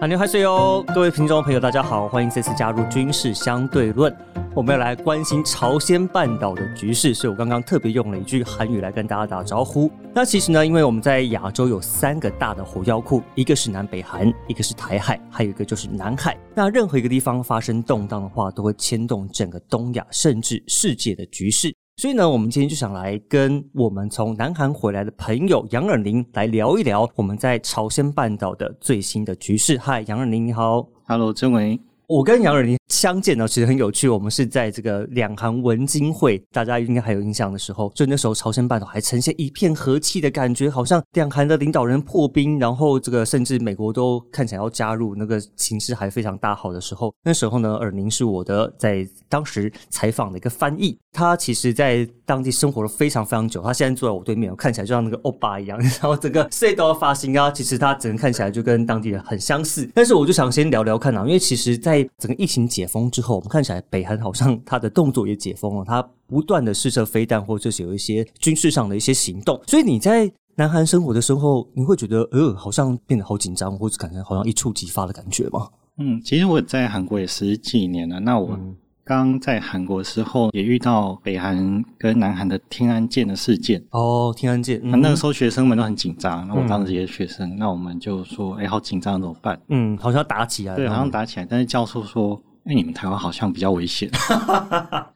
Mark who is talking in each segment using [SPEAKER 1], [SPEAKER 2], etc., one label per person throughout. [SPEAKER 1] 안녕하세요，各位听众朋友，大家好，欢迎再次加入军事相对论。我们要来关心朝鲜半岛的局势，所以我刚刚特别用了一句韩语来跟大家打招呼。那其实呢，因为我们在亚洲有三个大的火药库，一个是南北韩，一个是台海，还有一个就是南海。那任何一个地方发生动荡的话，都会牵动整个东亚甚至世界的局势。所以呢，我们今天就想来跟我们从南韩回来的朋友杨尔宁来聊一聊我们在朝鲜半岛的最新的局势。嗨，杨尔宁，你好。
[SPEAKER 2] Hello，曾伟，
[SPEAKER 1] 我跟杨尔宁相见呢，其实很有趣。我们是在这个两韩文经会，大家应该还有印象的时候，就那时候朝鲜半岛还呈现一片和气的感觉，好像两韩的领导人破冰，然后这个甚至美国都看起来要加入，那个形势还非常大好的时候，那时候呢，尔宁是我的在当时采访的一个翻译，他其实在当地生活了非常非常久，他现在坐在我对面，我看起来就像那个欧巴一样， 然后整个 C 的发型啊，其实他整个看起来就跟当地人很相似。但是我就想先聊聊看啊，因为其实，在整个疫情解封之后，我们看起来北韩好像他的动作也解封了，他不断的试射飞弹，或者是有一些军事上的一些行动。所以你在南韩生活的时候，你会觉得呃，好像变得好紧张，或者感觉好像一触即发的感觉吗？
[SPEAKER 2] 嗯，其实我在韩国也十几年了。那我刚在韩国的时候，也遇到北韩跟南韩的天安舰的事件。
[SPEAKER 1] 哦，天安舰，
[SPEAKER 2] 那
[SPEAKER 1] 嗯
[SPEAKER 2] 那个时候学生们都很紧张，那我当时也是学生，那我们就说，哎、好紧张，怎么办？
[SPEAKER 1] 嗯，好像要打起来了，
[SPEAKER 2] 对，好像打起来，但是教授说，哎、你们台湾好像比较危险。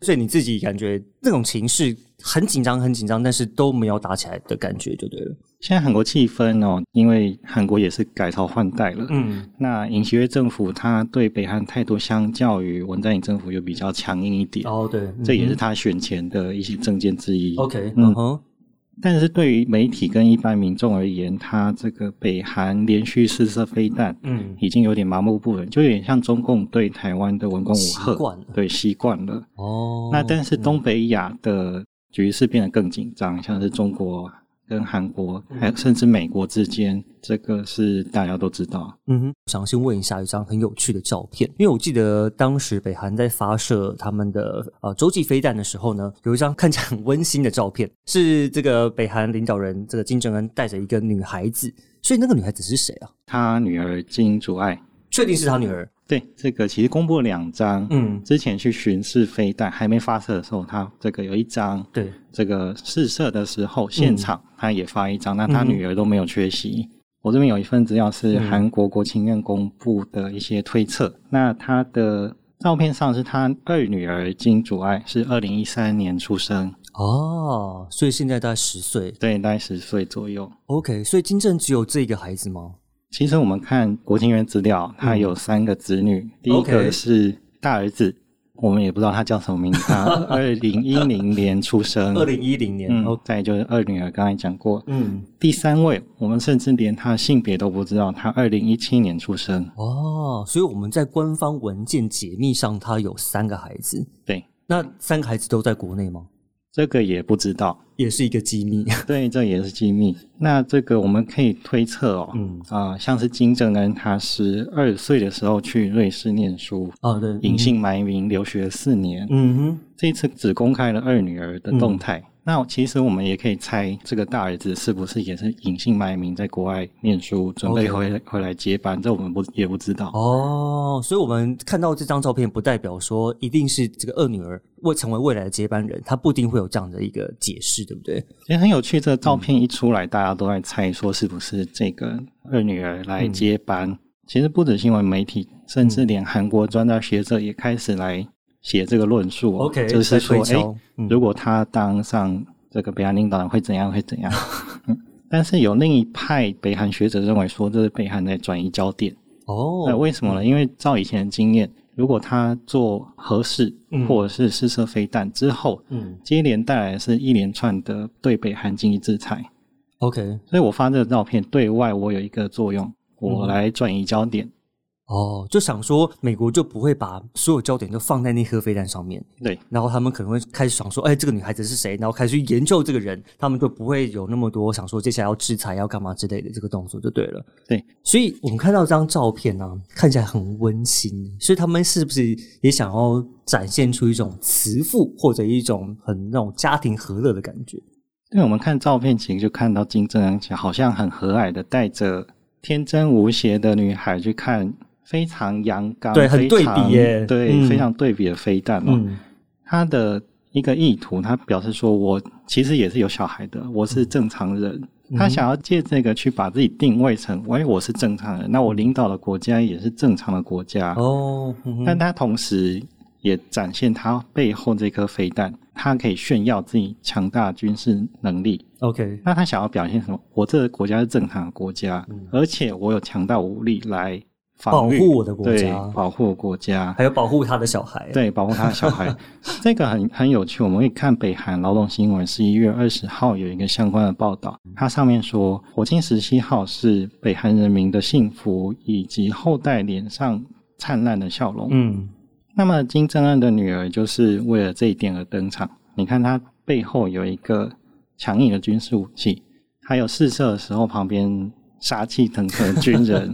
[SPEAKER 1] 所以你自己感觉那种情绪很紧张，很紧张，但是都没有打起来的感觉，就对了。
[SPEAKER 2] 现在韩国气氛哦，因为韩国也是改朝换代了。
[SPEAKER 1] 嗯，
[SPEAKER 2] 那尹锡悦政府他对北韩态度相较于文在寅政府又比较强硬一点，
[SPEAKER 1] 哦，对，
[SPEAKER 2] 这也
[SPEAKER 1] 嗯
[SPEAKER 2] 是他选前的一些政见之一。
[SPEAKER 1] OK，
[SPEAKER 2] 嗯
[SPEAKER 1] 嗯哼，
[SPEAKER 2] 但是对于媒体跟一般民众而言，他这个北韩连续试射飞弹，
[SPEAKER 1] 嗯，
[SPEAKER 2] 已经有点麻木不仁，就有点像中共对台湾的文攻武
[SPEAKER 1] 习
[SPEAKER 2] 吓，
[SPEAKER 1] 惯了。
[SPEAKER 2] 对习惯了。
[SPEAKER 1] 哦，
[SPEAKER 2] 那但是东北亚的局势变得更紧张，像是中国跟韩国，
[SPEAKER 1] 嗯
[SPEAKER 2] 还有甚至美国之间，这个是大家都知道。
[SPEAKER 1] 嗯哼，想先问一下一张很有趣的照片，因为我记得当时北韩在发射他们的呃洲际飞弹的时候呢，有一张看起来很温馨的照片，是这个北韩领导人这个金正恩带着一个女孩子，所以那个女孩子是谁啊？
[SPEAKER 2] 他女儿金主爱，
[SPEAKER 1] 确定是他女儿？
[SPEAKER 2] 对这个其实公布了两张，
[SPEAKER 1] 嗯，
[SPEAKER 2] 之前去巡视飞弹还没发射的时候，他这个有一张
[SPEAKER 1] 对，
[SPEAKER 2] 这个试射的时候，现场他也发一张，那他
[SPEAKER 1] 嗯
[SPEAKER 2] 女儿都没有缺席。我这边有一份资料是
[SPEAKER 1] 嗯
[SPEAKER 2] 韩国国情院公布的一些推测，那他的照片上是他二女儿金主爱，是二零一三年出生，
[SPEAKER 1] 哦，所以现在大概十岁，
[SPEAKER 2] 对，大概十岁左右。
[SPEAKER 1] OK，所以金正只有这个孩子吗？
[SPEAKER 2] 其实我们看国情院资料，他有三个子女，第一
[SPEAKER 1] 嗯 OK
[SPEAKER 2] 个是大儿子，我们也不知道他叫什么名字， 他二零一零年出生，
[SPEAKER 1] 二零一零年。
[SPEAKER 2] 嗯
[SPEAKER 1] OK，，
[SPEAKER 2] 再来就是二女儿，刚才讲过，
[SPEAKER 1] 嗯，
[SPEAKER 2] 第三位，我们甚至连他的性别都不知道，他二零一七年出生。
[SPEAKER 1] 哦，所以我们在官方文件解密上，他有三个孩子。
[SPEAKER 2] 对，
[SPEAKER 1] 那三个孩子都在国内吗？
[SPEAKER 2] 这个也不知 道，
[SPEAKER 1] 也是一个机密。
[SPEAKER 2] 对，这也是机密。那这个我们可以推测哦，
[SPEAKER 1] 嗯，
[SPEAKER 2] 啊、像是金正恩，他十二岁的时候去瑞士念书，
[SPEAKER 1] 啊，对，
[SPEAKER 2] 隐。姓埋名留学四年，
[SPEAKER 1] 嗯哼，
[SPEAKER 2] 这一次只公开了二女儿的动态。那其实我们也可以猜，这个大儿子是不是也是隐姓埋名在国外念书，准备
[SPEAKER 1] OK
[SPEAKER 2] 回来回来接班？这我们不也不知道。
[SPEAKER 1] 哦，所以我们看到这张照片，不代表说一定是这个二女儿会成为未来的接班人，她不一定会有这样的一个解释，对不对？
[SPEAKER 2] 其实很有趣，这个照
[SPEAKER 1] 嗯
[SPEAKER 2] 片一出来，大家都在猜说是不是这个二女儿来
[SPEAKER 1] 嗯
[SPEAKER 2] 接班。其实不止新闻媒体，甚至连韩国专家学者也开始来写这个论述哦、
[SPEAKER 1] OK，
[SPEAKER 2] 就是说，
[SPEAKER 1] 来推
[SPEAKER 2] 哎、
[SPEAKER 1] 敲嗯
[SPEAKER 2] 如果他当上这个北韩领导人会怎样，会 怎样？嗯但是有另一派北韩学者认为说，这是北韩在转移焦点。那、
[SPEAKER 1] 哦，
[SPEAKER 2] 为什么呢？因为照以前的经验，如果他做核试
[SPEAKER 1] 嗯
[SPEAKER 2] 或者是试射飞弹之后，
[SPEAKER 1] 嗯
[SPEAKER 2] 接连带来的是一连串的对北韩经济制裁。
[SPEAKER 1] ，OK，
[SPEAKER 2] 所以我发这个照片对外，我有一个作用，我来转移焦点。
[SPEAKER 1] 哦，就想说美国就不会把所有焦点都放在那颗飞弹上面，
[SPEAKER 2] 对，
[SPEAKER 1] 然后他们可能会开始想说，哎，这个女孩子是谁？然后开始去研究这个人，他们就不会有那么多想说接下来要制裁、要干嘛之类的这个动作就对了。
[SPEAKER 2] 对，
[SPEAKER 1] 所以我们看到这张照片呢、看起来很温馨，所以他们是不是也想要展现出一种慈父或者一种很那种家庭和乐的感觉？
[SPEAKER 2] 因为我们看照片，其实就看到金正恩好像很和蔼的带着天真无邪的女孩去看非常阳刚，
[SPEAKER 1] 对很对比
[SPEAKER 2] 非常
[SPEAKER 1] 耶
[SPEAKER 2] 对，
[SPEAKER 1] 嗯
[SPEAKER 2] 非常对比的飞弹哦。
[SPEAKER 1] 嗯
[SPEAKER 2] 他的一个意图，他表示说我其实也是有小孩的，我是正常人。
[SPEAKER 1] 嗯
[SPEAKER 2] 他想要借这个去把自己定位成，哎，我是正常人，那我领导的国家也是正常的国家。
[SPEAKER 1] 哦，嗯
[SPEAKER 2] 但
[SPEAKER 1] 哼
[SPEAKER 2] 他同时也展现他背后这颗飞弹，他可以炫耀自己强大的军事能力。
[SPEAKER 1] OK，
[SPEAKER 2] 那他想要表现什么？我这个国家是正常的国家，而且我有强大武力来防
[SPEAKER 1] 嗯
[SPEAKER 2] 御
[SPEAKER 1] 保护我的国家
[SPEAKER 2] 对，保护我国家，
[SPEAKER 1] 还有保护他的小孩，
[SPEAKER 2] 对，保护他的小孩。这个很很有趣，我们会看北韩劳动新闻十一月二十号有一个相关的报道，它上面说，火星十七号是北韩人民的幸福以及后代脸上灿烂的笑容。
[SPEAKER 1] 嗯，
[SPEAKER 2] 那么金正恩的女儿就是为了这一点而登场。你看她背后有一个强硬的军事武器，还有试射的时候旁边杀气腾腾的军人。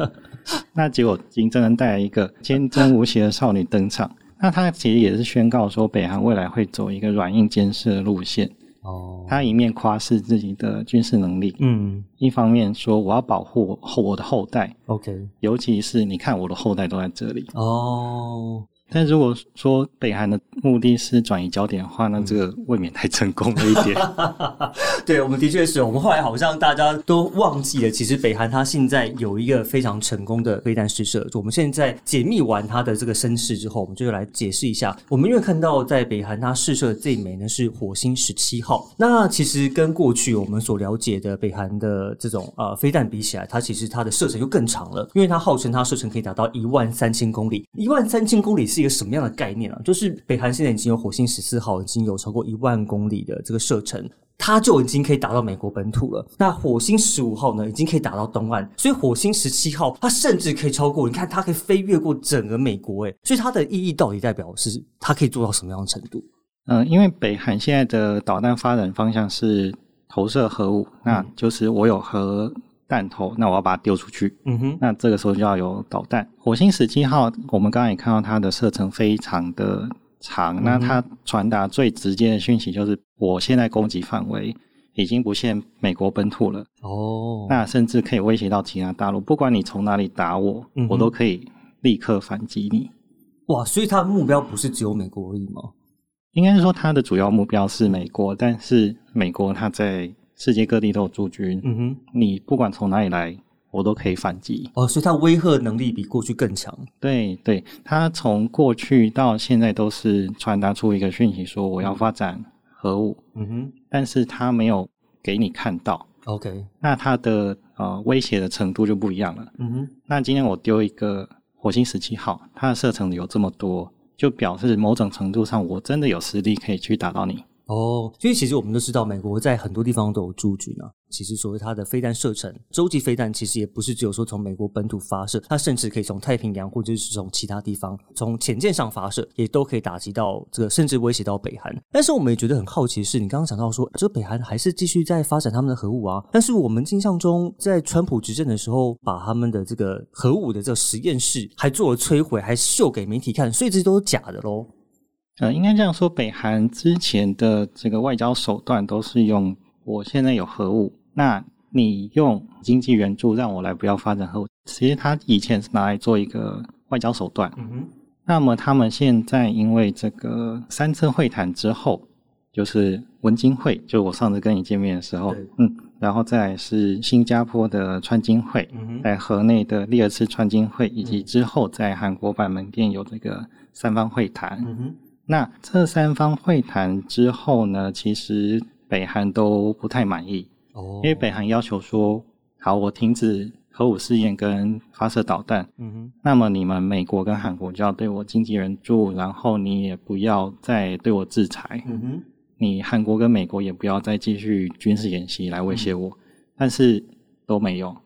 [SPEAKER 2] 那结果金正恩带来一个天真无邪的少女登场。那她其实也是宣告说，北韩未来会走一个软硬兼施的路线。
[SPEAKER 1] 哦，
[SPEAKER 2] 她一面夸示自己的军事能力，
[SPEAKER 1] 嗯
[SPEAKER 2] 一方面说我要保护我后我的后代，
[SPEAKER 1] ，OK，
[SPEAKER 2] 尤其是你看我的后代都在这里。
[SPEAKER 1] 哦，
[SPEAKER 2] 但如果说北韩的目的是转移焦点的话，那这个未免太成功了一点。
[SPEAKER 1] 对，我们的确是我们后来好像大家都忘记了，其实北韩它现在有一个非常成功的飞弹试射。我们现在解密完它的这个身世之后，我们就来解释一下。我们因为看到在北韩它试射的这一枚呢是火星十七号，那其实跟过去我们所了解的北韩的这种呃飞弹比起来，它其实它的射程就更长了，因为它号称它射程可以达到一万三千公里。一万三千公里是一个什么样的概念啊？就是北韩现在已经有火星十四号，已经有超过一万公里的这个射程。它就已经可以打到美国本土了。那火星十五号呢，已经可以打到东岸，所以火星十七号它甚至可以超过，你看它可以飞越过整个美国，诶，所以它的意义到底代表是它可以做到什么样的程度？
[SPEAKER 2] 嗯，因为北韩现在的导弹发展方向是投射核武，那就是我有核弹头，那我要把它丢出去。
[SPEAKER 1] 嗯哼，
[SPEAKER 2] 那这个时候就要有导弹。火星十七号，我们刚刚也看到它的射程非常的长，那它传达最直接的讯息就是，我现在攻击范围已经不限美国本土了。
[SPEAKER 1] 哦，
[SPEAKER 2] 那甚至可以威胁到其他大陆，不管你从哪里打我，
[SPEAKER 1] 嗯哼
[SPEAKER 2] 我都可以立刻反击你。
[SPEAKER 1] 哇，所以它的目标不是只有美国而已吗？
[SPEAKER 2] 应该是说，它的主要目标是美国，但是美国它在世界各地都有驻军，
[SPEAKER 1] 嗯哼，
[SPEAKER 2] 你不管从哪里来，我都可以反击。
[SPEAKER 1] 哦，所以它的威吓能力比过去更强。
[SPEAKER 2] 对对，它从过去到现在都是传达出一个讯息，说我要发展核武，
[SPEAKER 1] 嗯哼
[SPEAKER 2] 但是它没有给你看到，
[SPEAKER 1] ，OK，
[SPEAKER 2] 那它的呃威胁的程度就不一样了。
[SPEAKER 1] 嗯哼，
[SPEAKER 2] 那今天我丢一个火星十七号，它的射程有这么多，就表示某种程度上我真的有实力可以去打到你。
[SPEAKER 1] 哦，所以其实我们都知道，美国在很多地方都有驻军啊。其实所谓它的飞弹射程，洲际飞弹其实也不是只有说从美国本土发射，它甚至可以从太平洋或者是从其他地方，从潜舰上发射，也都可以打击到这个，甚至威胁到北韩。但是我们也觉得很好奇的是，你刚刚讲到说，这北韩还是继续在发展他们的核武啊，但是我们印象中，在川普执政的时候，把他们的这个核武的这个实验室还做了摧毁，还秀给媒体看，所以这都是假的喽。
[SPEAKER 2] 呃，应该这样说，北韩之前的这个外交手段都是用我现在有核武，那你用经济援助让我来不要发展核武，其实它以前是拿来做一个外交手段。
[SPEAKER 1] 嗯哼，
[SPEAKER 2] 那么他们现在因为这个三次会谈之后，就是文经会，就我上次跟你见面的时候
[SPEAKER 1] 对，
[SPEAKER 2] 嗯，然后再来是新加坡的川金会，
[SPEAKER 1] 嗯哼
[SPEAKER 2] 在河内的第二次川金会，以及之后在韩国版门店有这个三方会谈。
[SPEAKER 1] 嗯哼，
[SPEAKER 2] 那这三方会谈之后呢，其实北韩都不太满意，
[SPEAKER 1] 哦
[SPEAKER 2] 因为北韩要求说，好，我停止核武试验跟发射导弹，
[SPEAKER 1] 嗯哼。
[SPEAKER 2] 那么你们美国跟韩国就要对我经济援助，然后你也不要再对我制裁，
[SPEAKER 1] 嗯哼，
[SPEAKER 2] 你韩国跟美国也不要再继续军事演习来威胁我，但是都没用，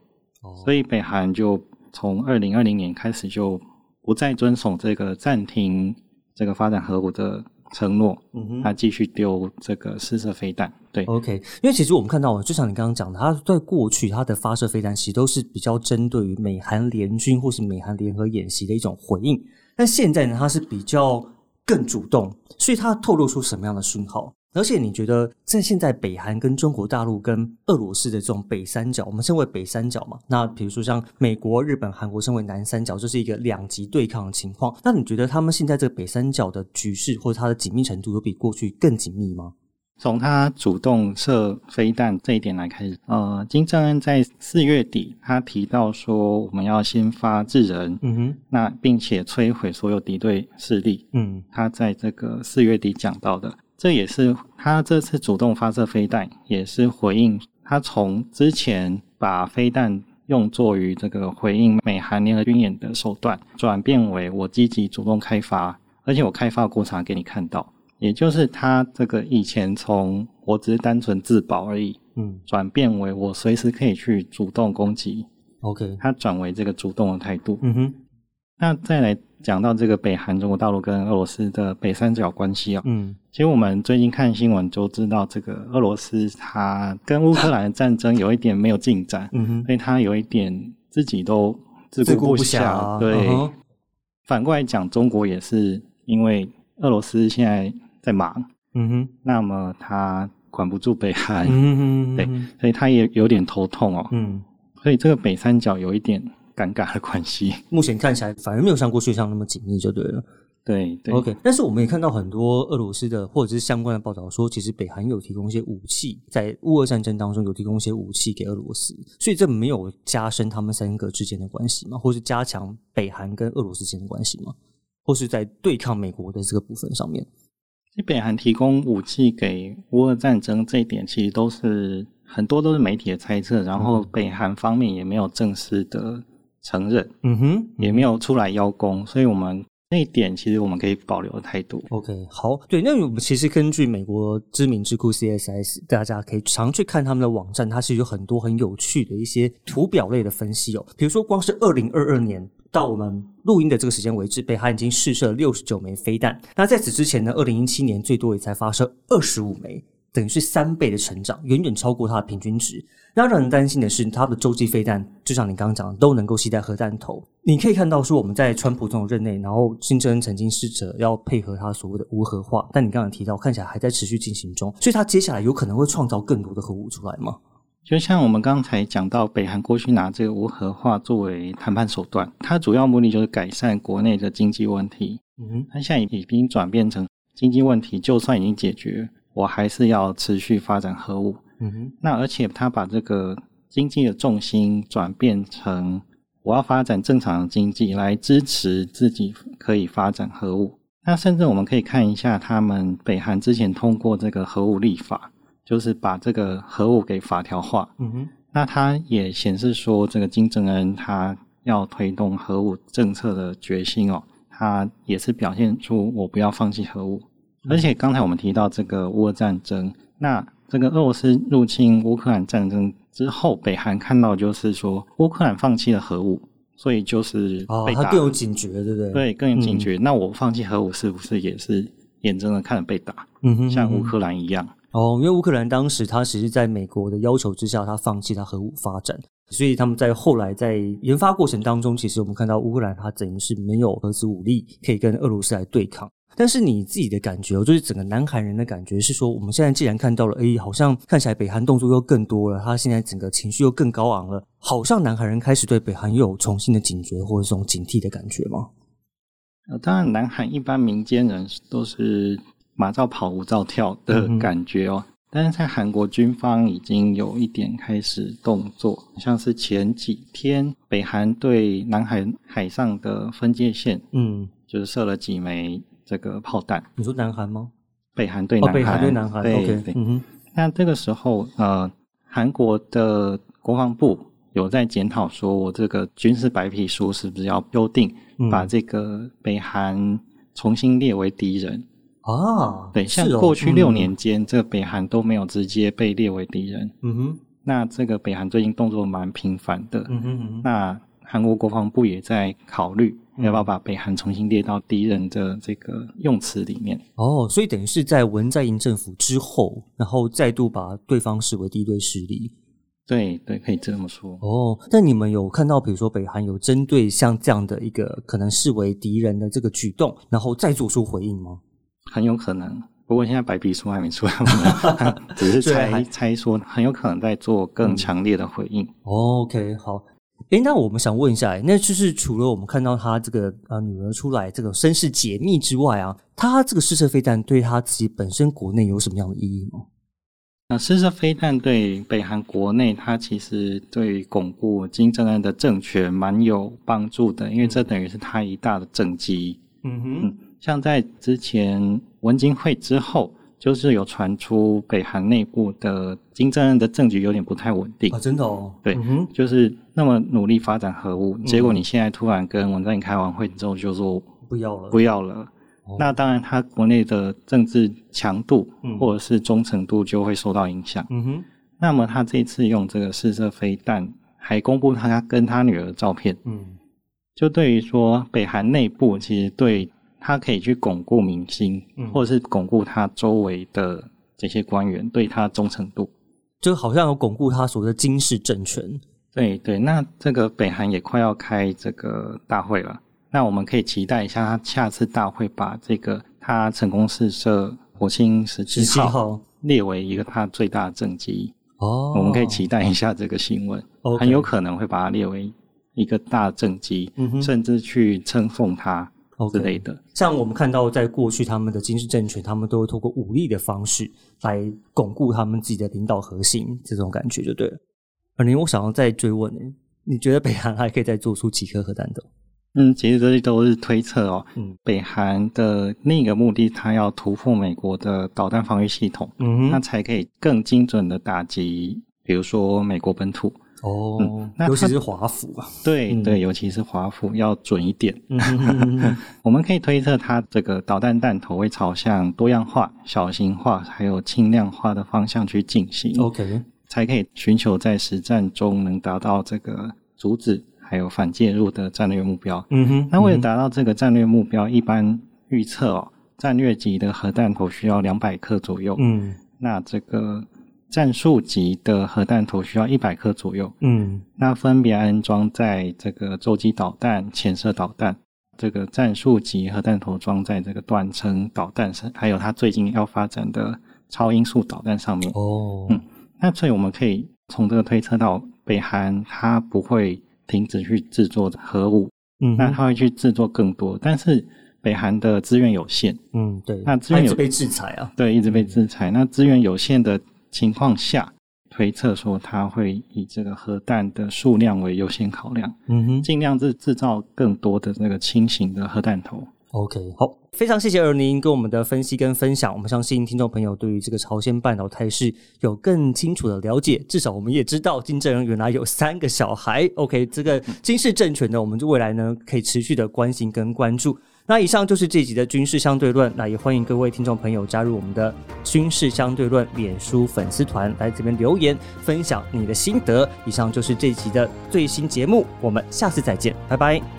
[SPEAKER 1] 哦
[SPEAKER 2] 所以北韩就从二零二零年开始就不再遵守这个暂停这个发展核武的承诺，
[SPEAKER 1] 嗯哼
[SPEAKER 2] 他继续丢这个试射飞弹，对，
[SPEAKER 1] OK，因为其实我们看到，就像你刚刚讲的，它在过去它的发射飞弹其实都是比较针对于美韩联军或是美韩联合演习的一种回应，但现在呢，它是比较更主动，所以它透露出什么样的讯号？而且你觉得在现在北韩跟中国大陆跟俄罗斯的这种北三角，我们称为北三角嘛？那比如说像美国、日本、韩国称为南三角，就是一个两极对抗的情况。那你觉得他们现在这个北三角的局势或者它的紧密程度，有比过去更紧密吗？
[SPEAKER 2] 从他主动射飞弹这一点来开始，呃，金正恩在四月底他提到说，我们要先发制人，
[SPEAKER 1] 嗯哼，
[SPEAKER 2] 那并且摧毁所有敌对势力。
[SPEAKER 1] 嗯
[SPEAKER 2] 他在这个四月底讲到的，这也是他这次主动发射飞弹，也是回应他从之前把飞弹用作于这个回应美韩联合军演的手段，转变为我积极主动开发，而且我开发过程给你看到，也就是他这个以前从我只是单纯自保而已，
[SPEAKER 1] 嗯
[SPEAKER 2] 转变为我随时可以去主动攻击，
[SPEAKER 1] ，OK，
[SPEAKER 2] 他转为这个主动的态度。
[SPEAKER 1] 嗯哼，
[SPEAKER 2] 那再来讲到这个北韩、中国大陆跟俄罗斯的北三角关系啊、
[SPEAKER 1] 嗯
[SPEAKER 2] 其实我们最近看新闻就知道，这个俄罗斯它跟乌克兰的战争有一点没有进展，
[SPEAKER 1] 嗯哼，
[SPEAKER 2] 所以它有一点自己都自
[SPEAKER 1] 自
[SPEAKER 2] 顾
[SPEAKER 1] 顾
[SPEAKER 2] 不
[SPEAKER 1] 暇啊
[SPEAKER 2] 对，
[SPEAKER 1] 嗯哼
[SPEAKER 2] 反过来讲，中国也是因为俄罗斯现在在忙，
[SPEAKER 1] 嗯哼，
[SPEAKER 2] 那么它管不住北韩，
[SPEAKER 1] 嗯哼，
[SPEAKER 2] 对所以它也有点头痛哦。
[SPEAKER 1] 嗯，
[SPEAKER 2] 所以这个北三角有一点尴尬的关系。
[SPEAKER 1] 目前看起来反而没有像过去这样那么紧密，就对了。
[SPEAKER 2] 对对
[SPEAKER 1] OK，但是我们也看到很多俄罗斯的或者是相关的报道说，其实北韩有提供一些武器，在乌俄战争当中有提供一些武器给俄罗斯，所以这没有加深他们三个之间的关系吗？或是加强北韩跟俄罗斯之间的关系吗？或是在对抗美国的这个部分上面？
[SPEAKER 2] 其实北韩提供武器给乌俄战争这一点，其实都是很多都是媒体的猜测，然后北韩方面也没有正式的承认，
[SPEAKER 1] 嗯哼，
[SPEAKER 2] 也没有出来邀功，所以我们那一点其实我们可以保留态度。
[SPEAKER 1] OK，好，对，那我们其实根据美国知名智库 CSIS，大家可以常去看他们的网站，它是有很多很有趣的一些图表类的分析哦。比如说，光是二零二二年到我们录音的这个时间为止，北韩已经试射六十九枚飞弹。那在此之前呢，二零一七年最多也才发射二十五枚，等于是三倍的成长，远远超过它的平均值。那让人担心的是，它的洲际飞弹，就像你刚刚讲的，都能够携带核弹头。你可以看到，说我们在川普总统任内，然后金正恩曾经试着要配合他所谓的无核化，但你刚刚提到，看起来还在持续进行中，所以他接下来有可能会创造更多的核武出来吗？
[SPEAKER 2] 就像我们刚才讲到，北韩过去拿这个无核化作为谈判手段，它主要目的就是改善国内的经济问题。
[SPEAKER 1] 嗯
[SPEAKER 2] 它现在已经转变成经济问题，就算已经解决，我还是要持续发展核武。
[SPEAKER 1] 嗯哼，
[SPEAKER 2] 那而且他把这个经济的重心转变成我要发展正常的经济，来支持自己可以发展核武。那甚至我们可以看一下，他们北韩之前通过这个核武立法，就是把这个核武给法条化。
[SPEAKER 1] 嗯哼，
[SPEAKER 2] 那它也显示说，这个金正恩他要推动核武政策的决心哦，他也是表现出我不要放弃核武。
[SPEAKER 1] 嗯
[SPEAKER 2] 而且刚才我们提到这个乌俄战争，那这个俄罗斯入侵乌克兰战争之后，北韩看到就是说乌克兰放弃了核武，所以就是
[SPEAKER 1] 哦
[SPEAKER 2] 被，
[SPEAKER 1] 他
[SPEAKER 2] 打，
[SPEAKER 1] 更有嗯警觉，对不对？，
[SPEAKER 2] 对更有警觉。那我放弃核武是不是也是眼睁睁看着被打，
[SPEAKER 1] 嗯哼，
[SPEAKER 2] 像乌克兰一样？
[SPEAKER 1] 哦，因为乌克兰当时它其实在美国的要求之下，它放弃它核武发展，所以他们在后来在研发过程当中，其实我们看到乌克兰它等于是没有核子武力可以跟俄罗斯来对抗。但是你自己的感觉哦，就是整个南韩人的感觉是说，我们现在既然看到了，哎，好像看起来北韩动作又更多了，他现在整个情绪又更高昂了，好像南韩人开始对北韩又有重新的警觉或者这种警惕的感觉吗？
[SPEAKER 2] 呃，当然，南韩一般民间人都是马照跑，舞照跳
[SPEAKER 1] 嗯
[SPEAKER 2] 的感觉哦。但是在韩国军方已经有一点开始动作，像是前几天北韩对南海海上的分界线
[SPEAKER 1] 嗯，
[SPEAKER 2] 就是射了几枚这个炮弹，
[SPEAKER 1] 你说南韩吗？
[SPEAKER 2] 北韩对
[SPEAKER 1] 哦，
[SPEAKER 2] 南韩，
[SPEAKER 1] 北韩对南韩
[SPEAKER 2] 对
[SPEAKER 1] ，OK，
[SPEAKER 2] 对
[SPEAKER 1] 嗯哼，
[SPEAKER 2] 那这个时候，呃，韩国的国防部有在检讨，说我这个军事白皮书是不是要修订，
[SPEAKER 1] 嗯
[SPEAKER 2] 把这个北韩重新列为敌人？
[SPEAKER 1] 啊，
[SPEAKER 2] 对，
[SPEAKER 1] 是
[SPEAKER 2] 像
[SPEAKER 1] 哦
[SPEAKER 2] 过去六，年
[SPEAKER 1] 嗯
[SPEAKER 2] 间，这个北韩都没有直接被列为敌人。
[SPEAKER 1] 嗯哼。
[SPEAKER 2] 那这个北韩最近动作蛮频繁的，
[SPEAKER 1] 嗯哼嗯哼，
[SPEAKER 2] 那韩国国防部也在考虑
[SPEAKER 1] 嗯
[SPEAKER 2] 要不要把北韩重新列到敌人的这个用词里面。
[SPEAKER 1] 哦，所以等于是在文在寅政府之后，然后再度把对方视为敌对势力。
[SPEAKER 2] 对对，可以这么说。
[SPEAKER 1] 哦，那你们有看到，比如说北韩有针对像这样的一个可能视为敌人的这个举动，然后再做出回应吗？
[SPEAKER 2] 很有可能。不过现在白皮书还没出来，我们 只是
[SPEAKER 1] 所以还嗯
[SPEAKER 2] 猜猜说，很有可能在做更强烈的回应。
[SPEAKER 1] 哦 OK，好。诶，那我们想问一下，那就是除了我们看到他这个呃女儿出来这个身世解密之外啊，他这个试射飞弹对他自己本身国内有什么样的意义吗？
[SPEAKER 2] 那试射飞弹对北韩国内，它其实对巩固金正恩的政权蛮有帮助的，因为这等于是他一大的政绩。
[SPEAKER 1] 嗯哼，
[SPEAKER 2] 嗯，像在之前文金会之后，就是有传出北韩内部的金正恩的政局有点不太稳定
[SPEAKER 1] 啊，，真的哦，
[SPEAKER 2] 对
[SPEAKER 1] 嗯哼，
[SPEAKER 2] 就是那么努力发展核武，结
[SPEAKER 1] 嗯
[SPEAKER 2] 果你现在突然跟文在寅开完会之后就说
[SPEAKER 1] 不要了，
[SPEAKER 2] 不要了
[SPEAKER 1] 哦。
[SPEAKER 2] 那当然，他国内的政治强度
[SPEAKER 1] 嗯
[SPEAKER 2] 或者是忠诚度就会受到影响。
[SPEAKER 1] 嗯哼，
[SPEAKER 2] 那么他这次用这个试射飞弹，还公布他跟他女儿的照片，
[SPEAKER 1] 嗯
[SPEAKER 2] 就对于说北韩内部其实对他可以去巩固民心，
[SPEAKER 1] 嗯
[SPEAKER 2] 或者是巩固他周围的这些官员对他忠诚度。
[SPEAKER 1] 就好像有巩固他所谓的金氏政权。
[SPEAKER 2] 对对，那这个北韩也快要开这个大会了，那我们可以期待一下他下次大会把这个他成功试射火星十
[SPEAKER 1] 十
[SPEAKER 2] 七
[SPEAKER 1] 七
[SPEAKER 2] 号
[SPEAKER 1] 号
[SPEAKER 2] 列为一个他最大的政绩，
[SPEAKER 1] 哦，
[SPEAKER 2] 我们可以期待一下这个新闻。
[SPEAKER 1] OK
[SPEAKER 2] 很有可能会把它列为一个大政绩，
[SPEAKER 1] 嗯哼
[SPEAKER 2] 甚至去称颂它
[SPEAKER 1] OK
[SPEAKER 2] 之类的。
[SPEAKER 1] 像我们看到，在过去他们的军事政权，他们都会透过武力的方式来巩固他们自己的领导核心，这种感觉就对了。而您，我想要再追问呢、你觉得北韩还可以再做出几颗核弹头？
[SPEAKER 2] 嗯，其实这些都是推测哦。
[SPEAKER 1] 嗯
[SPEAKER 2] 北韩的另一个目的，它要突破美国的导弹防御系统，
[SPEAKER 1] 嗯
[SPEAKER 2] 那才可以更精准的打击，比如说美国本土。
[SPEAKER 1] 哦，
[SPEAKER 2] 嗯那
[SPEAKER 1] 尤其
[SPEAKER 2] 它
[SPEAKER 1] 是华府啊，
[SPEAKER 2] 对、
[SPEAKER 1] 嗯
[SPEAKER 2] 对，尤其是华府要准一点。
[SPEAKER 1] 嗯哼哼哼哼
[SPEAKER 2] 我们可以推测，它这个导弹弹头会朝向多样化、小型化还有轻量化的方向去进行。
[SPEAKER 1] OK，
[SPEAKER 2] 才可以寻求在实战中能达到这个阻止还有反介入的战略目标。
[SPEAKER 1] 嗯哼，
[SPEAKER 2] 那为了达到这个战略目标，一般预测哦，战略级的核弹头需要两百克左右，
[SPEAKER 1] 嗯
[SPEAKER 2] 那这个战术级的核弹头需要一百克左右。
[SPEAKER 1] 嗯
[SPEAKER 2] 那分别安装在这个洲际导弹、潜射导弹。这个战术级核弹头装在这个短程导弹上，还有它最近要发展的超音速导弹上面。
[SPEAKER 1] 哦，
[SPEAKER 2] 嗯那所以我们可以从这个推测到，北韩它不会停止去制作核武，
[SPEAKER 1] 嗯
[SPEAKER 2] 那
[SPEAKER 1] 哼
[SPEAKER 2] 它会去制作更多，但是北韩的资源有限，
[SPEAKER 1] 嗯对，
[SPEAKER 2] 那资
[SPEAKER 1] 他
[SPEAKER 2] 源
[SPEAKER 1] 一
[SPEAKER 2] 有
[SPEAKER 1] 直被制裁啊，
[SPEAKER 2] 对，一直被制裁。那资源有限的情况下，推测说它会以这个核弹的数量为优先考量，
[SPEAKER 1] 嗯哼
[SPEAKER 2] 尽量制制造更多的那个轻型的核弹头。
[SPEAKER 1] OK，好，非常谢谢尔宁跟我们的分析跟分享。我们相信听众朋友对于这个朝鲜半岛态势有更清楚的了解，至少我们也知道金正恩原来有三个小孩。OK，这个金氏政权呢，我们就未来呢可以持续的关心跟关注。那以上就是这集的军事相对论，那也欢迎各位听众朋友加入我们的军事相对论脸书粉丝团，来这边留言分享你的心得。以上就是这集的最新节目，我们下次再见，拜拜。